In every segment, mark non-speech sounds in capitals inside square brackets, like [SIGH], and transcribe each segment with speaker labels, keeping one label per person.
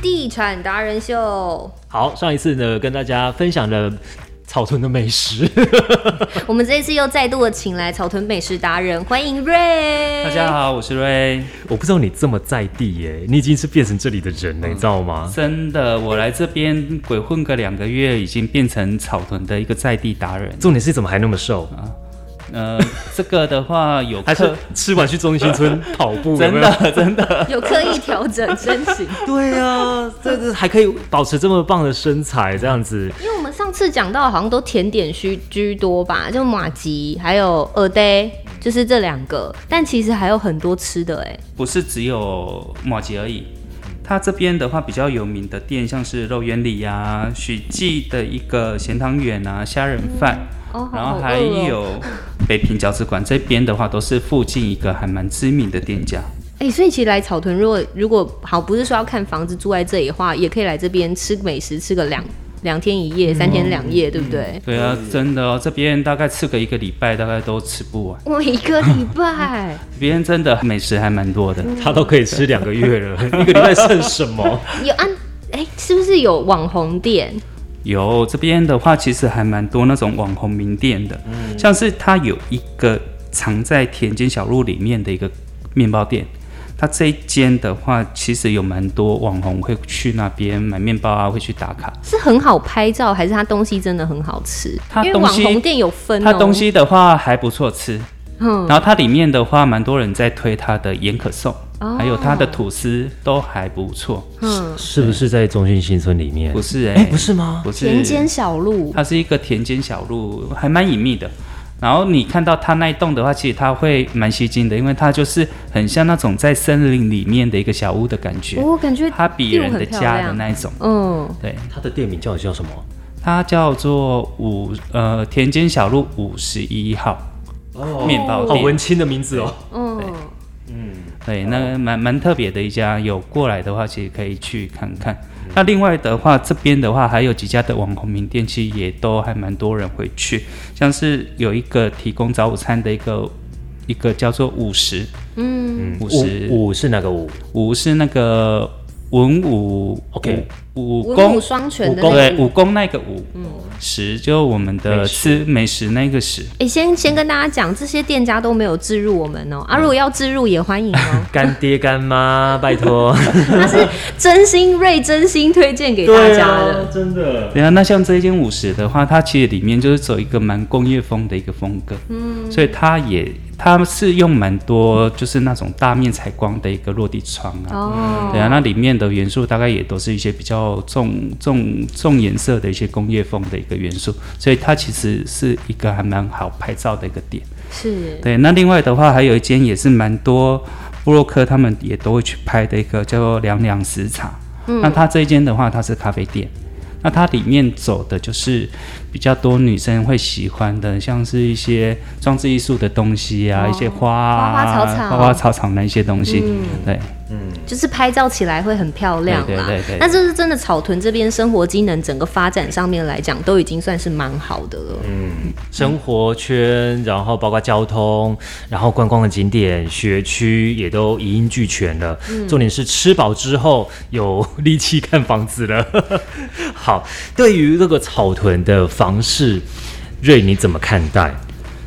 Speaker 1: 地产达人秀，
Speaker 2: 好，上一次呢跟大家分享了草屯的美食，
Speaker 1: 我们这一次又再度的请来草屯美食达人，欢迎瑞。
Speaker 3: 大家好，我是瑞。
Speaker 2: [LAUGHS] 我不知道你这么在地耶，你已经是变成这里的人了，你知道吗？
Speaker 3: 真的，我来这边鬼混个两个月，已经变成草屯的一个在地达人。
Speaker 2: 重点是怎么还那么瘦？
Speaker 1: [LAUGHS]
Speaker 3: 呃，这个的话有
Speaker 2: 还是
Speaker 3: 客，
Speaker 2: 吃完去中心 [LAUGHS] 村跑步？有
Speaker 3: 真
Speaker 2: 没有？
Speaker 3: 的 [LAUGHS] 真的，
Speaker 1: 有刻意调整身
Speaker 3: [LAUGHS]
Speaker 1: 形，
Speaker 2: 对啊，这这还可以保持这么棒的身材，这样子
Speaker 1: 因为我们上次讲到好像都甜点居居多吧，就马吉还有耳呆，就是这两个，但其实还有很多吃的哎、
Speaker 3: 不是只有马吉而已。它这边的话比较有名的店，像是肉圆里啊、许记的一个咸汤圆啊、虾仁饭，
Speaker 1: 哦，好
Speaker 3: 然后
Speaker 1: 好饿
Speaker 3: 还
Speaker 1: 哦
Speaker 3: 有北平饺子馆这边的话，都是附近一个还蛮知名的店家。
Speaker 1: 哎、所以其实来草屯，如果如果好，不是说要看房子住在这里的话，也可以来这边吃美食，吃个两两天一夜、三天两夜，对不对？
Speaker 3: 对啊，真的哦，这边大概吃个一个礼拜，大概都吃不完。
Speaker 1: 我一个礼拜，
Speaker 3: 这边真的美食还蛮多的。
Speaker 2: 他都可以吃两个月 [LAUGHS] 了，一个礼拜剩什么？
Speaker 1: 有按哎、是不是有网红店？
Speaker 3: 有这边的话，其实还蛮多那种网红名店的，
Speaker 2: 嗯
Speaker 3: 像是它有一个藏在田间小路里面的一个面包店，它这一间的话，其实有蛮多网红会去那边买面包啊，会去打卡。
Speaker 1: 是很好拍照，还是它东西真的很好吃？
Speaker 3: 它
Speaker 1: 因为
Speaker 3: 东
Speaker 1: 网
Speaker 3: 西
Speaker 1: 红店有分、哦，
Speaker 3: 它东，西的话还不错吃，
Speaker 1: 嗯，
Speaker 3: 然后它里面的话，蛮多人在推它的盐可颂，
Speaker 1: 哦
Speaker 3: 还有它的吐司都还不错。
Speaker 1: 嗯，
Speaker 2: 是不是在中心新村里面
Speaker 3: 不？是哎、
Speaker 2: 哎，不是吗？
Speaker 3: 不是
Speaker 1: 田间小路，
Speaker 3: 它是一个田间小路，还蛮隐秘的。然后你看到它那一栋的话，其实它会蛮吸睛的，因为它就是很像那种在森林里面的一个小屋的感觉，
Speaker 1: 我哦感觉
Speaker 3: 它比
Speaker 1: 地路
Speaker 3: 人的
Speaker 1: 很漂
Speaker 3: 家的
Speaker 1: 亮，
Speaker 3: 那一种。
Speaker 1: 嗯，
Speaker 3: 对，
Speaker 2: 他的店名叫叫什么？
Speaker 3: 它叫做五呃田间小路五十一号
Speaker 2: 哦
Speaker 3: 面包
Speaker 2: 好文
Speaker 3: 店。
Speaker 2: 青的名字哦。
Speaker 1: 嗯，
Speaker 3: 对，那蛮蛮特别的一家，有过来的话，其实可以去看看。
Speaker 2: 嗯
Speaker 3: 那另外的话，这边的话还有几家的网红名店，其实也都还蛮多人会去，像是有一个提供早午餐的一个一个叫做五十
Speaker 2: 嗯
Speaker 3: 五十
Speaker 2: 五五是哪个五？
Speaker 3: 五是那个文武
Speaker 2: OK 嗯
Speaker 3: 武武
Speaker 1: 文武
Speaker 3: 功
Speaker 1: 双全的
Speaker 3: 武
Speaker 1: 那
Speaker 3: 功对
Speaker 1: 个
Speaker 3: 武功那个武，十就我们的
Speaker 2: 美
Speaker 3: 吃美食那个十。
Speaker 1: 哎、先先跟大家讲，这些店家都没有置入我们哦、啊，如果要置入也欢迎哦、
Speaker 2: 干爹干妈，拜托，
Speaker 1: 它是真心瑞真心推荐 [LAUGHS] 给大家的。
Speaker 2: 真的。
Speaker 3: 对啊，那像这一间五十的话，它其实里面就是走一个蛮工业风的一个风格，嗯，所以它也它是用蛮多就是那种大面采光的一个落地窗啊，
Speaker 1: 哦，
Speaker 3: 对啊，那里面的元素大概也都是一些比较重重重颜色的一些工业风的一个元素，所以它其实是一个还蛮好拍照的一个点。
Speaker 1: 是
Speaker 3: 对，那另外的话还有一间也是蛮多布洛克他们也都会去拍的一个叫做凉凉食茶。
Speaker 1: 嗯
Speaker 3: 那它这一间的话，它是咖啡店，那它里面走的就是比较多女生会喜欢的，像是一些装置艺术的东西啊，
Speaker 1: 哦
Speaker 3: 一些花
Speaker 1: 花花
Speaker 3: 啊、
Speaker 1: 草草嗯
Speaker 3: 花花草草那一些东西。对，
Speaker 1: 就是拍照起来会很漂亮啦。
Speaker 3: 对对对对
Speaker 1: 那这是真的，草屯这边生活机能整个发展上面来讲，都已经算是蛮好的了。
Speaker 3: 嗯
Speaker 2: 生活圈，然后包括交通，然后观光的景点、学区也都一应俱全了。
Speaker 1: 嗯
Speaker 2: 重点是吃饱之后有力气看房子了。 [LAUGHS] 好，对于这个草屯的房市，瑞你怎么看待？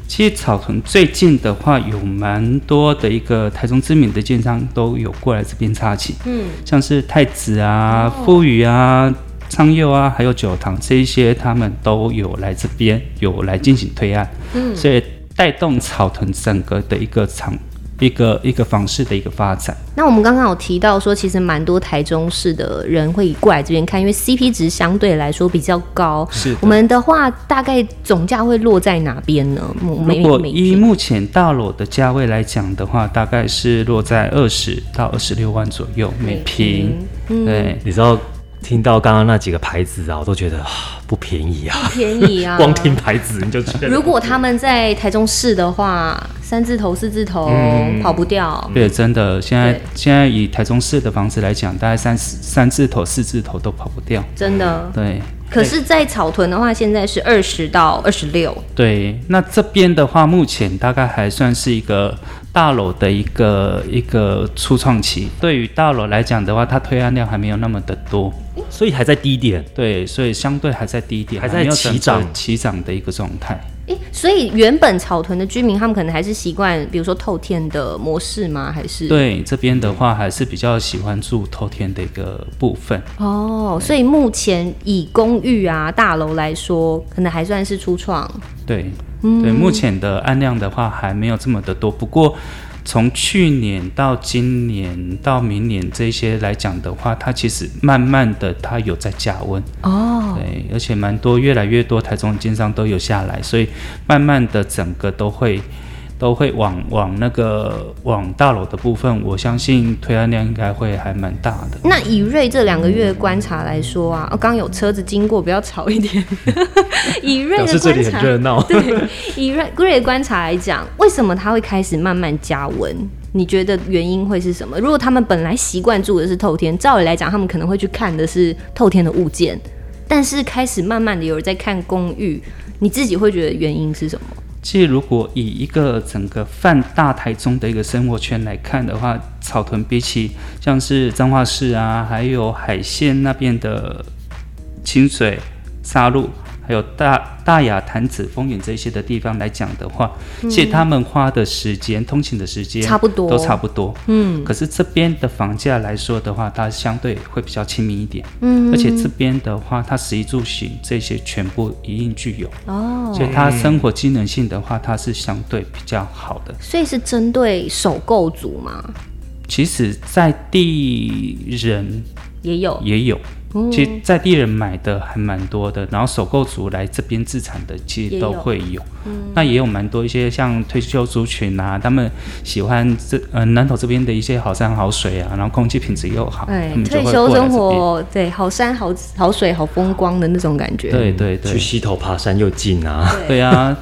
Speaker 3: 其实草屯最近的话，有蛮多的一个台中知名的建商都有过来这边插旗，嗯，像是太子啊、富宇啊、昌佑啊，还有九堂这一些，他们都有来这边有来进行推案，嗯，所以带动草屯整个的一个场一个一个房市的一个发展。
Speaker 1: 那我们刚刚有提到说，其实蛮多台中市的人会过来这边看，因为 CP 值相对来说比较高。
Speaker 3: 是的
Speaker 1: 我们的话，大概总价会落在哪边呢？我
Speaker 3: 如
Speaker 1: 们
Speaker 3: 果
Speaker 1: 每
Speaker 3: 依目前大楼的价位来讲的话，大概是落在二十到二十六万左右每平，嗯对。
Speaker 2: 你知道听到刚刚那几个牌子啊，我都觉得啊不便宜啊，
Speaker 1: 便宜
Speaker 3: [LAUGHS]
Speaker 1: 啊，
Speaker 2: [LAUGHS] 光听牌子你就觉得
Speaker 1: 如果他们在台中市的话，三字头、四字头、
Speaker 3: 嗯
Speaker 1: 跑不掉。
Speaker 3: 对，真的，现在
Speaker 1: 嗯对
Speaker 3: 现在以台中市的房子来讲，大概三十三字头、四字头都跑不掉。
Speaker 1: 真的，
Speaker 3: 对，
Speaker 1: 可是，在草屯的话，现在是二十到二十六，
Speaker 3: 对，那这边的话，目前大概还算是一个大楼的一个一个初创期。对于大楼来讲的话，它推案量还没有那么的多，
Speaker 2: 所以还在低点。
Speaker 3: 对，所以相对还在低点，
Speaker 2: 还在
Speaker 3: 没有
Speaker 2: 起
Speaker 3: 整个
Speaker 2: 涨
Speaker 3: 起涨的一个状态。
Speaker 1: 诶，所以原本草屯的居民他们可能还是习惯，比如说透天的模式吗？还是？
Speaker 3: 对，这边的话还是比较喜欢住透天的一个部分。
Speaker 1: 哦，所以目前以公寓啊大楼来说，可能还算是初创。
Speaker 3: 对，对，目前的案量的话还没有这么的多，不过。从去年到今年到明年这些来讲的话，它其实慢慢的它有在加温，
Speaker 1: 哦，
Speaker 3: 对，而且蛮多，越来越多台中经商都有下来，所以慢慢的整个都会都会往往那个往大楼的部分，我相信推案量应该会还蛮大的。
Speaker 1: 那以瑞这两个月的观察来说啊，哦，刚有车子经过，比较吵一点。 [LAUGHS] 以瑞
Speaker 2: 表
Speaker 1: 的
Speaker 2: 示这
Speaker 1: 观
Speaker 2: 里很
Speaker 1: 察，
Speaker 2: 热闹，
Speaker 1: 对，以瑞瑞的观察来讲，为什么它会开始慢慢加温？你觉得原因会是什么？如果他们本来习惯住的是透天，照理来讲，他们可能会去看的是透天的物件，但是开始慢慢的有人在看公寓，你自己会觉得原因是什么？
Speaker 3: 其实如果以一个整个泛大台中的一个生活圈来看的话，草屯比起像是彰化市啊，还有海线那边的清水、沙鹿，还有大大雅、潭子、丰原这些的地方来讲的话，其实他们花的时间、通勤的时间
Speaker 1: 嗯差不多
Speaker 3: 都差不多。
Speaker 1: 嗯
Speaker 3: 可是这边的房价来说的话，它相对会比较亲民一点，
Speaker 1: 嗯
Speaker 3: 而且这边的话，它食衣住行这些全部一应俱有。
Speaker 1: 哦，
Speaker 3: 所以它生活机能性的话，它是相对比较好的。
Speaker 1: 所以是针对首购族嘛，
Speaker 3: 其实，在地人
Speaker 1: 也有
Speaker 3: 也有，
Speaker 1: 嗯
Speaker 3: 其实在地人买的还蛮多的，然后首购族来这边自产的，其
Speaker 1: 也
Speaker 3: 实都
Speaker 1: 有嗯
Speaker 3: 会有。那也有蛮多一些像退休族群啊，他们喜欢这呃南投这边的一些好山好水啊，然后空气品质又好，
Speaker 1: 哎
Speaker 3: 他，们就
Speaker 1: 退
Speaker 3: 会
Speaker 1: 休
Speaker 3: 过来
Speaker 1: 生
Speaker 3: 这边。
Speaker 1: 活，对，好山好好水好风光的那种感觉。
Speaker 3: 对对对
Speaker 2: 去，溪头爬山又近啊，
Speaker 3: 对啊，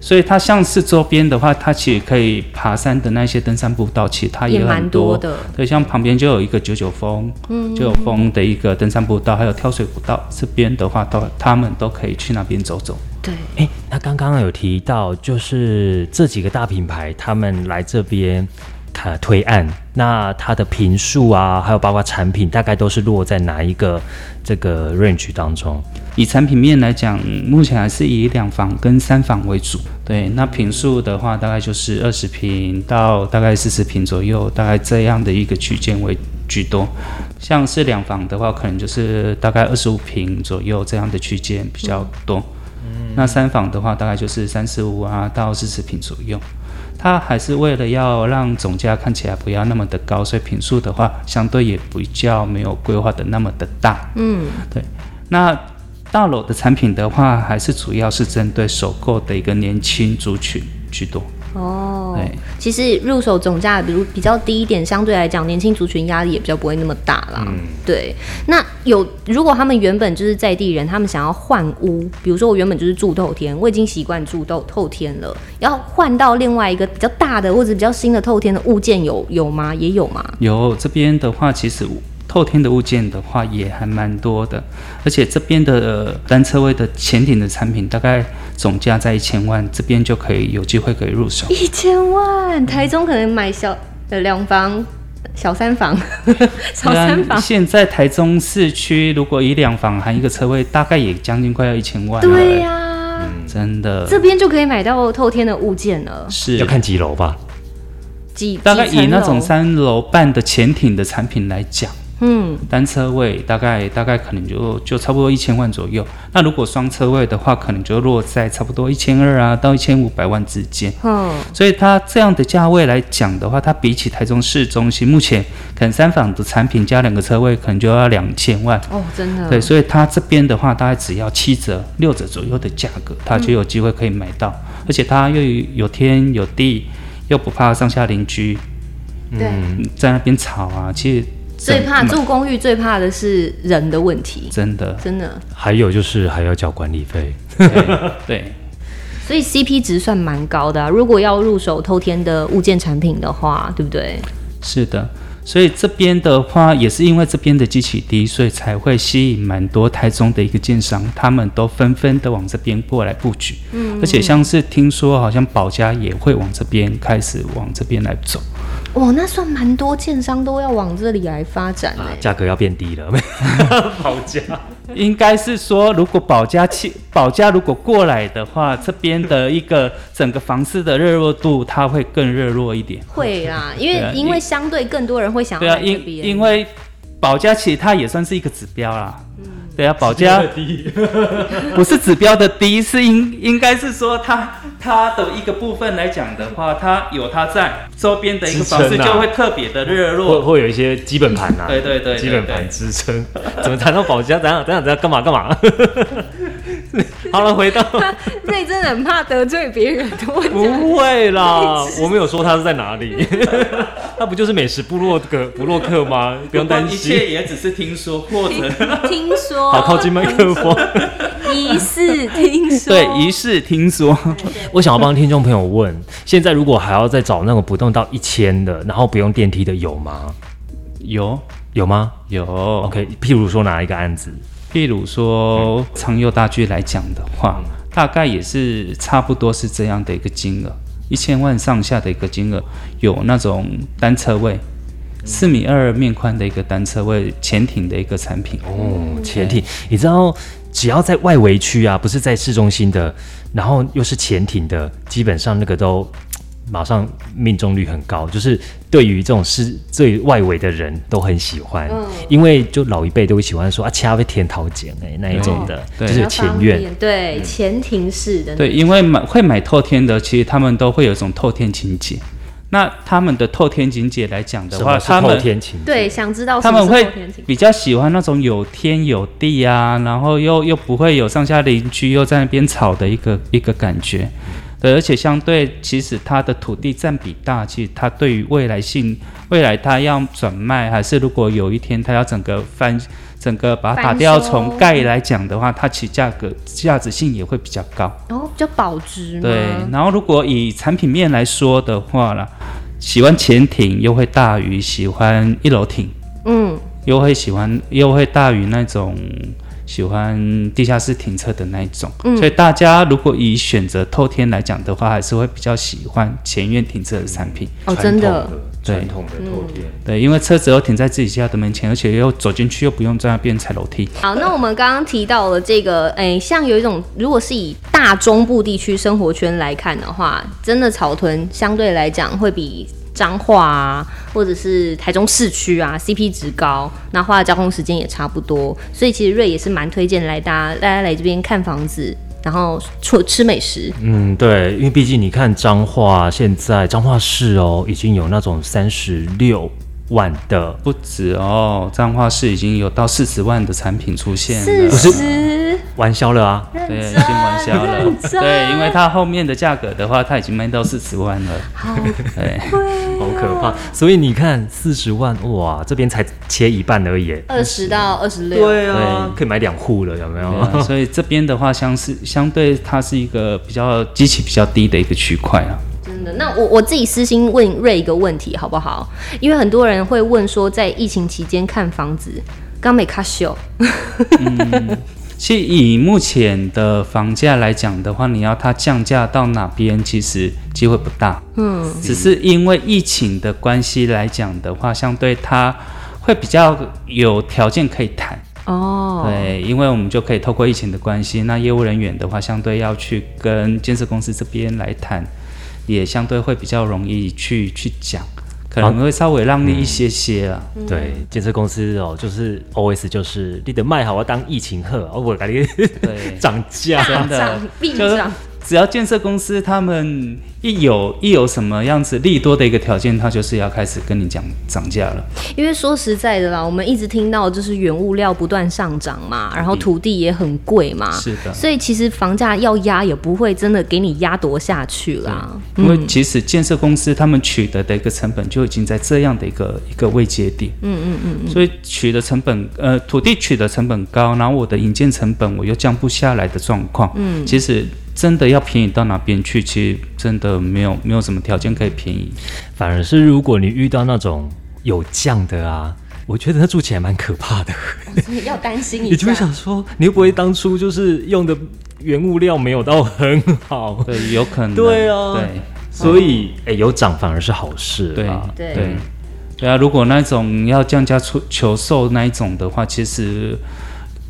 Speaker 3: 所以它像是周边的话，它其实可以爬山的那些登山步道，其实它
Speaker 1: 也
Speaker 3: 很
Speaker 1: 蛮多的嗯
Speaker 3: 对，像旁边就有一个九九峰，九九峰的一个登山步道，还有跳水古道，这边的话都他们都可以去那边走走。
Speaker 1: 对，
Speaker 2: 哎、那刚刚有提到，就是这几个大品牌他们来这边看推案，那它的频数啊，还有包括产品，大概都是落在哪一个这个 range 当中？
Speaker 3: 以产品面来讲，嗯目前还是以两房跟三房为主。对，那平数的话，大概就是二十平到大概四十平左右，大概这样的一个区间为居多。像是两房的话，可能就是大概二十五平左右这样的区间比较多。那三房的话，大概就是三十五啊到四十平左右。它还是为了要让总价看起来不要那么的高，所以平数的话，相对也比较没有规划的那么的大。
Speaker 1: 嗯，
Speaker 3: 对，那大楼的产品的话，还是主要是针对首购的一个年轻族群居多。
Speaker 1: 哦
Speaker 3: 对，
Speaker 1: 其实入手总价比如比较低一点，相对来讲，年轻族群压力也比较不会那么大啦。
Speaker 3: 嗯
Speaker 1: 对，那有如果他们原本就是在地人，他们想要换屋，比如说我原本就是住透天，我已经习惯住透透天了，要换到另外一个比较大的或者比较新的透天的物件有有吗？也有吗？
Speaker 3: 有这边的话，其实透天的物件的话也还蛮多的，而且这边的、呃单车位的前顶的产品大概总价在一千万，这边就可以有机会可以入手。
Speaker 1: 一千万，台中可能买小呃两房、小三房、 [LAUGHS] 小三
Speaker 3: 那
Speaker 1: 房，
Speaker 3: 现在台中市区如果以两房含一个车位，大概也将近快要一千万了。
Speaker 1: 对呀、
Speaker 3: 真的
Speaker 1: 这边就可以买到透天的物件了，
Speaker 3: 是
Speaker 2: 要看几楼吧。
Speaker 1: 几
Speaker 3: 大概以那种
Speaker 1: 三，
Speaker 3: 三楼半的潜艇的产品来讲。
Speaker 1: 嗯，
Speaker 3: 单车位大概大概可能就就差不多一千万左右。那如果双车位的话，可能就落在差不多一千二啊到一千五百万之间。
Speaker 1: 哦，
Speaker 3: 所以它这样的价位来讲的话，它比起台中市中心目前可能三房的产品加两个车位，可能就要两千万。
Speaker 1: 哦，真的，
Speaker 3: 对，所以它这边的话，大概只要七折、六折左右的价格，它就有机会可以买到，而且它又有天有地，又不怕上下邻居
Speaker 1: 对
Speaker 3: 嗯在那边吵啊。其实
Speaker 1: 最怕
Speaker 3: 真的
Speaker 1: 住公寓，最怕的是人的问题，
Speaker 3: 真的
Speaker 1: 真的，
Speaker 2: 还有就是还要缴管理费，
Speaker 3: 对。对
Speaker 1: 所以 CP 值算蛮高的啊、如果要入手透天的物件产品的话，对不对？
Speaker 3: 是的，所以这边的话，也是因为这边的机器低，所以才会吸引蛮多台中的一个建商，他们都纷纷的往这边过来布局。嗯，而且像是听说，好像保家也会往这边开始往这边来走。
Speaker 1: 哇，那算蛮多建商都要往这里来发展哎、
Speaker 2: 啊，价格要变低
Speaker 3: [LAUGHS]
Speaker 2: 了，保 [LAUGHS] 价。
Speaker 3: 应该是说，如果保家气保家如果过来的话，这边的一个整个房市的热络度，它会更热络一点。
Speaker 1: 会啦，因为、
Speaker 3: 对啊
Speaker 1: 因为相对更多人会想
Speaker 3: 对
Speaker 1: 要
Speaker 3: 啊，
Speaker 1: 来这
Speaker 3: 因
Speaker 1: 边，
Speaker 3: 因为保家其实它也算是一个指标啦。
Speaker 1: 嗯
Speaker 3: 对啊，保家
Speaker 2: 低，
Speaker 3: 不是指标的低，是应应该是说它它的一个部分来讲的话，它有它在周边的一个房市
Speaker 2: 支撑啊
Speaker 3: 就会特别的热
Speaker 2: 会
Speaker 3: 络。
Speaker 2: 会有一些基本盘呐、啊，
Speaker 3: 对对对对
Speaker 2: 基本
Speaker 3: 对
Speaker 2: 盘支撑。怎么谈到保家？等下等下等下干嘛干
Speaker 3: [LAUGHS]
Speaker 2: 嘛？ [LAUGHS] 好了，回到
Speaker 1: 瑞真的很怕得罪别人的问题。
Speaker 2: 不会 [LAUGHS] 啦，我没有说他是在哪 [LAUGHS] 里，他不就是美食部落格部落客吗？不用担
Speaker 3: 一
Speaker 2: 心，
Speaker 3: 切也只是听说或者
Speaker 1: 听说，
Speaker 2: 好靠近麦克风。
Speaker 1: 疑似听说，
Speaker 3: [LAUGHS] 对，疑是听说。
Speaker 2: [LAUGHS] 我想要帮听众朋友问，现在如果还要再找那种不动到一千的，然后不用电梯的有吗？
Speaker 3: 有
Speaker 2: 有吗
Speaker 3: 有
Speaker 2: ？OK，譬如说哪一个案子？
Speaker 3: 譬如说长佑大剧来讲的话，大概也是差不多是这样的一个金额，一千万上下的一个金额，有那种单车位，四米二面宽的一个单车位潜艇的一个产品。
Speaker 2: 哦，潜艇，你知道，只要在外围区啊，不是在市中心的，然后又是潜艇的，基本上那个都嘖马上命中率很高，就是对于这种是最外围的人都很喜欢，
Speaker 1: 嗯
Speaker 2: 因为就老一辈都会喜欢说啊，掐被天桃剪哎那一种
Speaker 1: 哦
Speaker 2: 的，
Speaker 3: 对
Speaker 2: 就是有前院
Speaker 1: 比较方。便，对，前庭式的，
Speaker 3: 对，因为买会买透天的，其实他们都会有一种透天情节。那他们的透天情节来讲的
Speaker 2: 什
Speaker 3: 话，
Speaker 2: 么是
Speaker 3: 他
Speaker 2: 后
Speaker 3: 们
Speaker 2: 天晴？
Speaker 1: 对，想知道
Speaker 3: 他
Speaker 1: 哦什么
Speaker 3: 们
Speaker 1: 是
Speaker 3: 会
Speaker 1: 后天庭
Speaker 3: 比较喜欢那种有天有地啊，然后又又不会有上下邻居又在那边吵的一个一个感觉。对，而且相对其实它的土地占比大，其实它对于未来性，未来它要转卖，还是如果有一天它要整个翻，整个把它打掉
Speaker 1: 翻修
Speaker 3: 重盖来讲的话，它其实价格价值性也会比较高。
Speaker 1: 然哦后比较保值嘛，
Speaker 3: 对，然后如果以产品面来说的话啦，喜欢潜艇又会大于喜欢一楼艇。
Speaker 1: 嗯，
Speaker 3: 又会喜欢，又会大于那种喜欢地下室停车的那一种。
Speaker 1: 嗯
Speaker 3: 所以大家如果以选择透天来讲的话，还是会比较喜欢前院停车的产品。
Speaker 1: 哦，真的，嗯
Speaker 3: 传
Speaker 2: 统的后天。
Speaker 3: 对，因为车子又停在自己家的门前，而且又走进去又不用在那边踩楼梯。
Speaker 1: 好，那我们刚刚提到了这个，哎、像有一种，如果是以大中部地区生活圈来看的话，真的草屯相对来讲会比彰化啊，或者是台中市区啊，CP 值高，那花的交通时间也差不多，所以其实瑞也是蛮推荐来大家大家来这边看房子，然后吃吃美食，
Speaker 2: 嗯，对，因为毕竟你看彰化现在彰化市哦，已经有那种三十六万的，
Speaker 3: 不止哦，彰化市已经有到四十万的产品出现
Speaker 1: 四
Speaker 3: 了。
Speaker 1: 十，
Speaker 2: 玩消了啊，
Speaker 3: 对，已经玩笑了。对，因为它后面的价格的话，它已经卖到四十万了。
Speaker 1: 好
Speaker 3: 对，
Speaker 2: [LAUGHS] 好可怕。所以你看四十万，哇，这边才切一半而已。
Speaker 1: 二十到二十六，
Speaker 2: 对啊，可以买两户了，有没有？
Speaker 3: 对啊所以这边的话，相是相对它是一个比较机器比较低的一个区块啊。
Speaker 1: 真的，那我我自己私心问瑞一个问题好不好？因为很多人会问说，在疫情期间看房子，刚没卡哦秀，
Speaker 3: 其实以目前的房价来讲的话，你要它降价到哪边，其实机会不大。嗯，只是因为疫情的关系来讲的话，相对它会比较有条件可以谈。
Speaker 1: 哦，
Speaker 3: 对，因为我们就可以透过疫情的关系，那业务人员的话，相对要去跟建设公司这边来谈，也相对会比较容易去去讲，可能会稍微让利一些些啊啦。
Speaker 2: [LAUGHS] 对，建设公司哦，就是 OS 就是你得卖好，我要当疫情鹤，哦，我赶紧 [LAUGHS]
Speaker 3: 对，
Speaker 2: 涨价。
Speaker 3: [LAUGHS]
Speaker 1: 大 [LAUGHS]
Speaker 3: 真的
Speaker 1: 涨必
Speaker 3: 就是
Speaker 1: 涨，
Speaker 3: 只要建设公司他们一有一有什么样子利多的一个条件，他就是要开始跟你讲涨价了。
Speaker 1: 因为说实在的啦，我们一直听到就是原物料不断上涨嘛，然后土地也很贵嘛，
Speaker 3: 嗯是的
Speaker 1: 所以其实房价要压也不会真的给你压多下去啦。
Speaker 3: 因为其实建设公司他们取得的一个成本就已经在这样的一个一个位阶点，嗯嗯嗯，所以取得成本呃土地取得成本高，然后我的营建成本我又降不下来的状况，嗯，其实真的要便宜到哪边去，其实真的没有没有什么条件可以便宜，
Speaker 2: 反而是如果你遇到那种。有降的啊，我觉得那住起来蛮可怕的。
Speaker 1: [LAUGHS] 所以要担心一
Speaker 2: 你就会
Speaker 1: 下。
Speaker 2: 想说，你会不会当初就是用的原物料没有到很好？
Speaker 3: 对，有可能，
Speaker 2: 对啊
Speaker 3: 对
Speaker 2: 所以，哎、有涨反而是好事
Speaker 3: 嗯对
Speaker 2: 啊。
Speaker 1: 对
Speaker 3: 对对啊！如果那种要降价出求售那一种的话，其实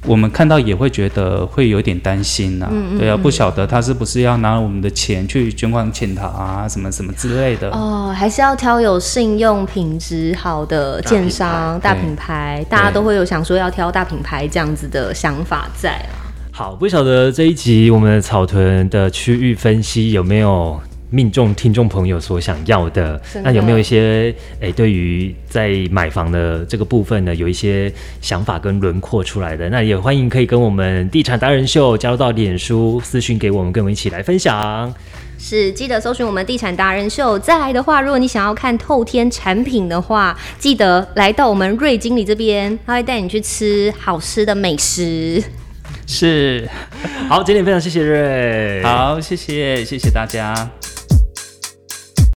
Speaker 3: 我们看到也会觉得会有点担心呐、
Speaker 1: 嗯
Speaker 3: 对啊，不晓得他是不是要拿我们的钱去捐款潜逃啊，什么什么之类的。
Speaker 1: 哦，还是要挑有信用品质好的建商、大
Speaker 3: 大
Speaker 1: 品
Speaker 3: 品
Speaker 1: 牌，大家都会有想说要挑大品牌这样子的想法在啊。
Speaker 2: 好，不晓得这一集我们草屯的区域分析有没有命中听众朋友所想要的？
Speaker 1: 真的
Speaker 2: 那有没有一些诶、对于在买房的这个部分呢，有一些想法跟轮廓出来的？那也欢迎可以跟我们地产达人秀加入到脸书私讯给我们，跟我们一起来分享。
Speaker 1: 是，记得搜寻我们地产达人秀。再来的话，如果你想要看透天产品的话，记得来到我们瑞经理这边，他会带你去吃好吃的美食。
Speaker 3: 是，
Speaker 2: 好，今天非常谢谢瑞，
Speaker 3: 好，谢谢，谢谢大家。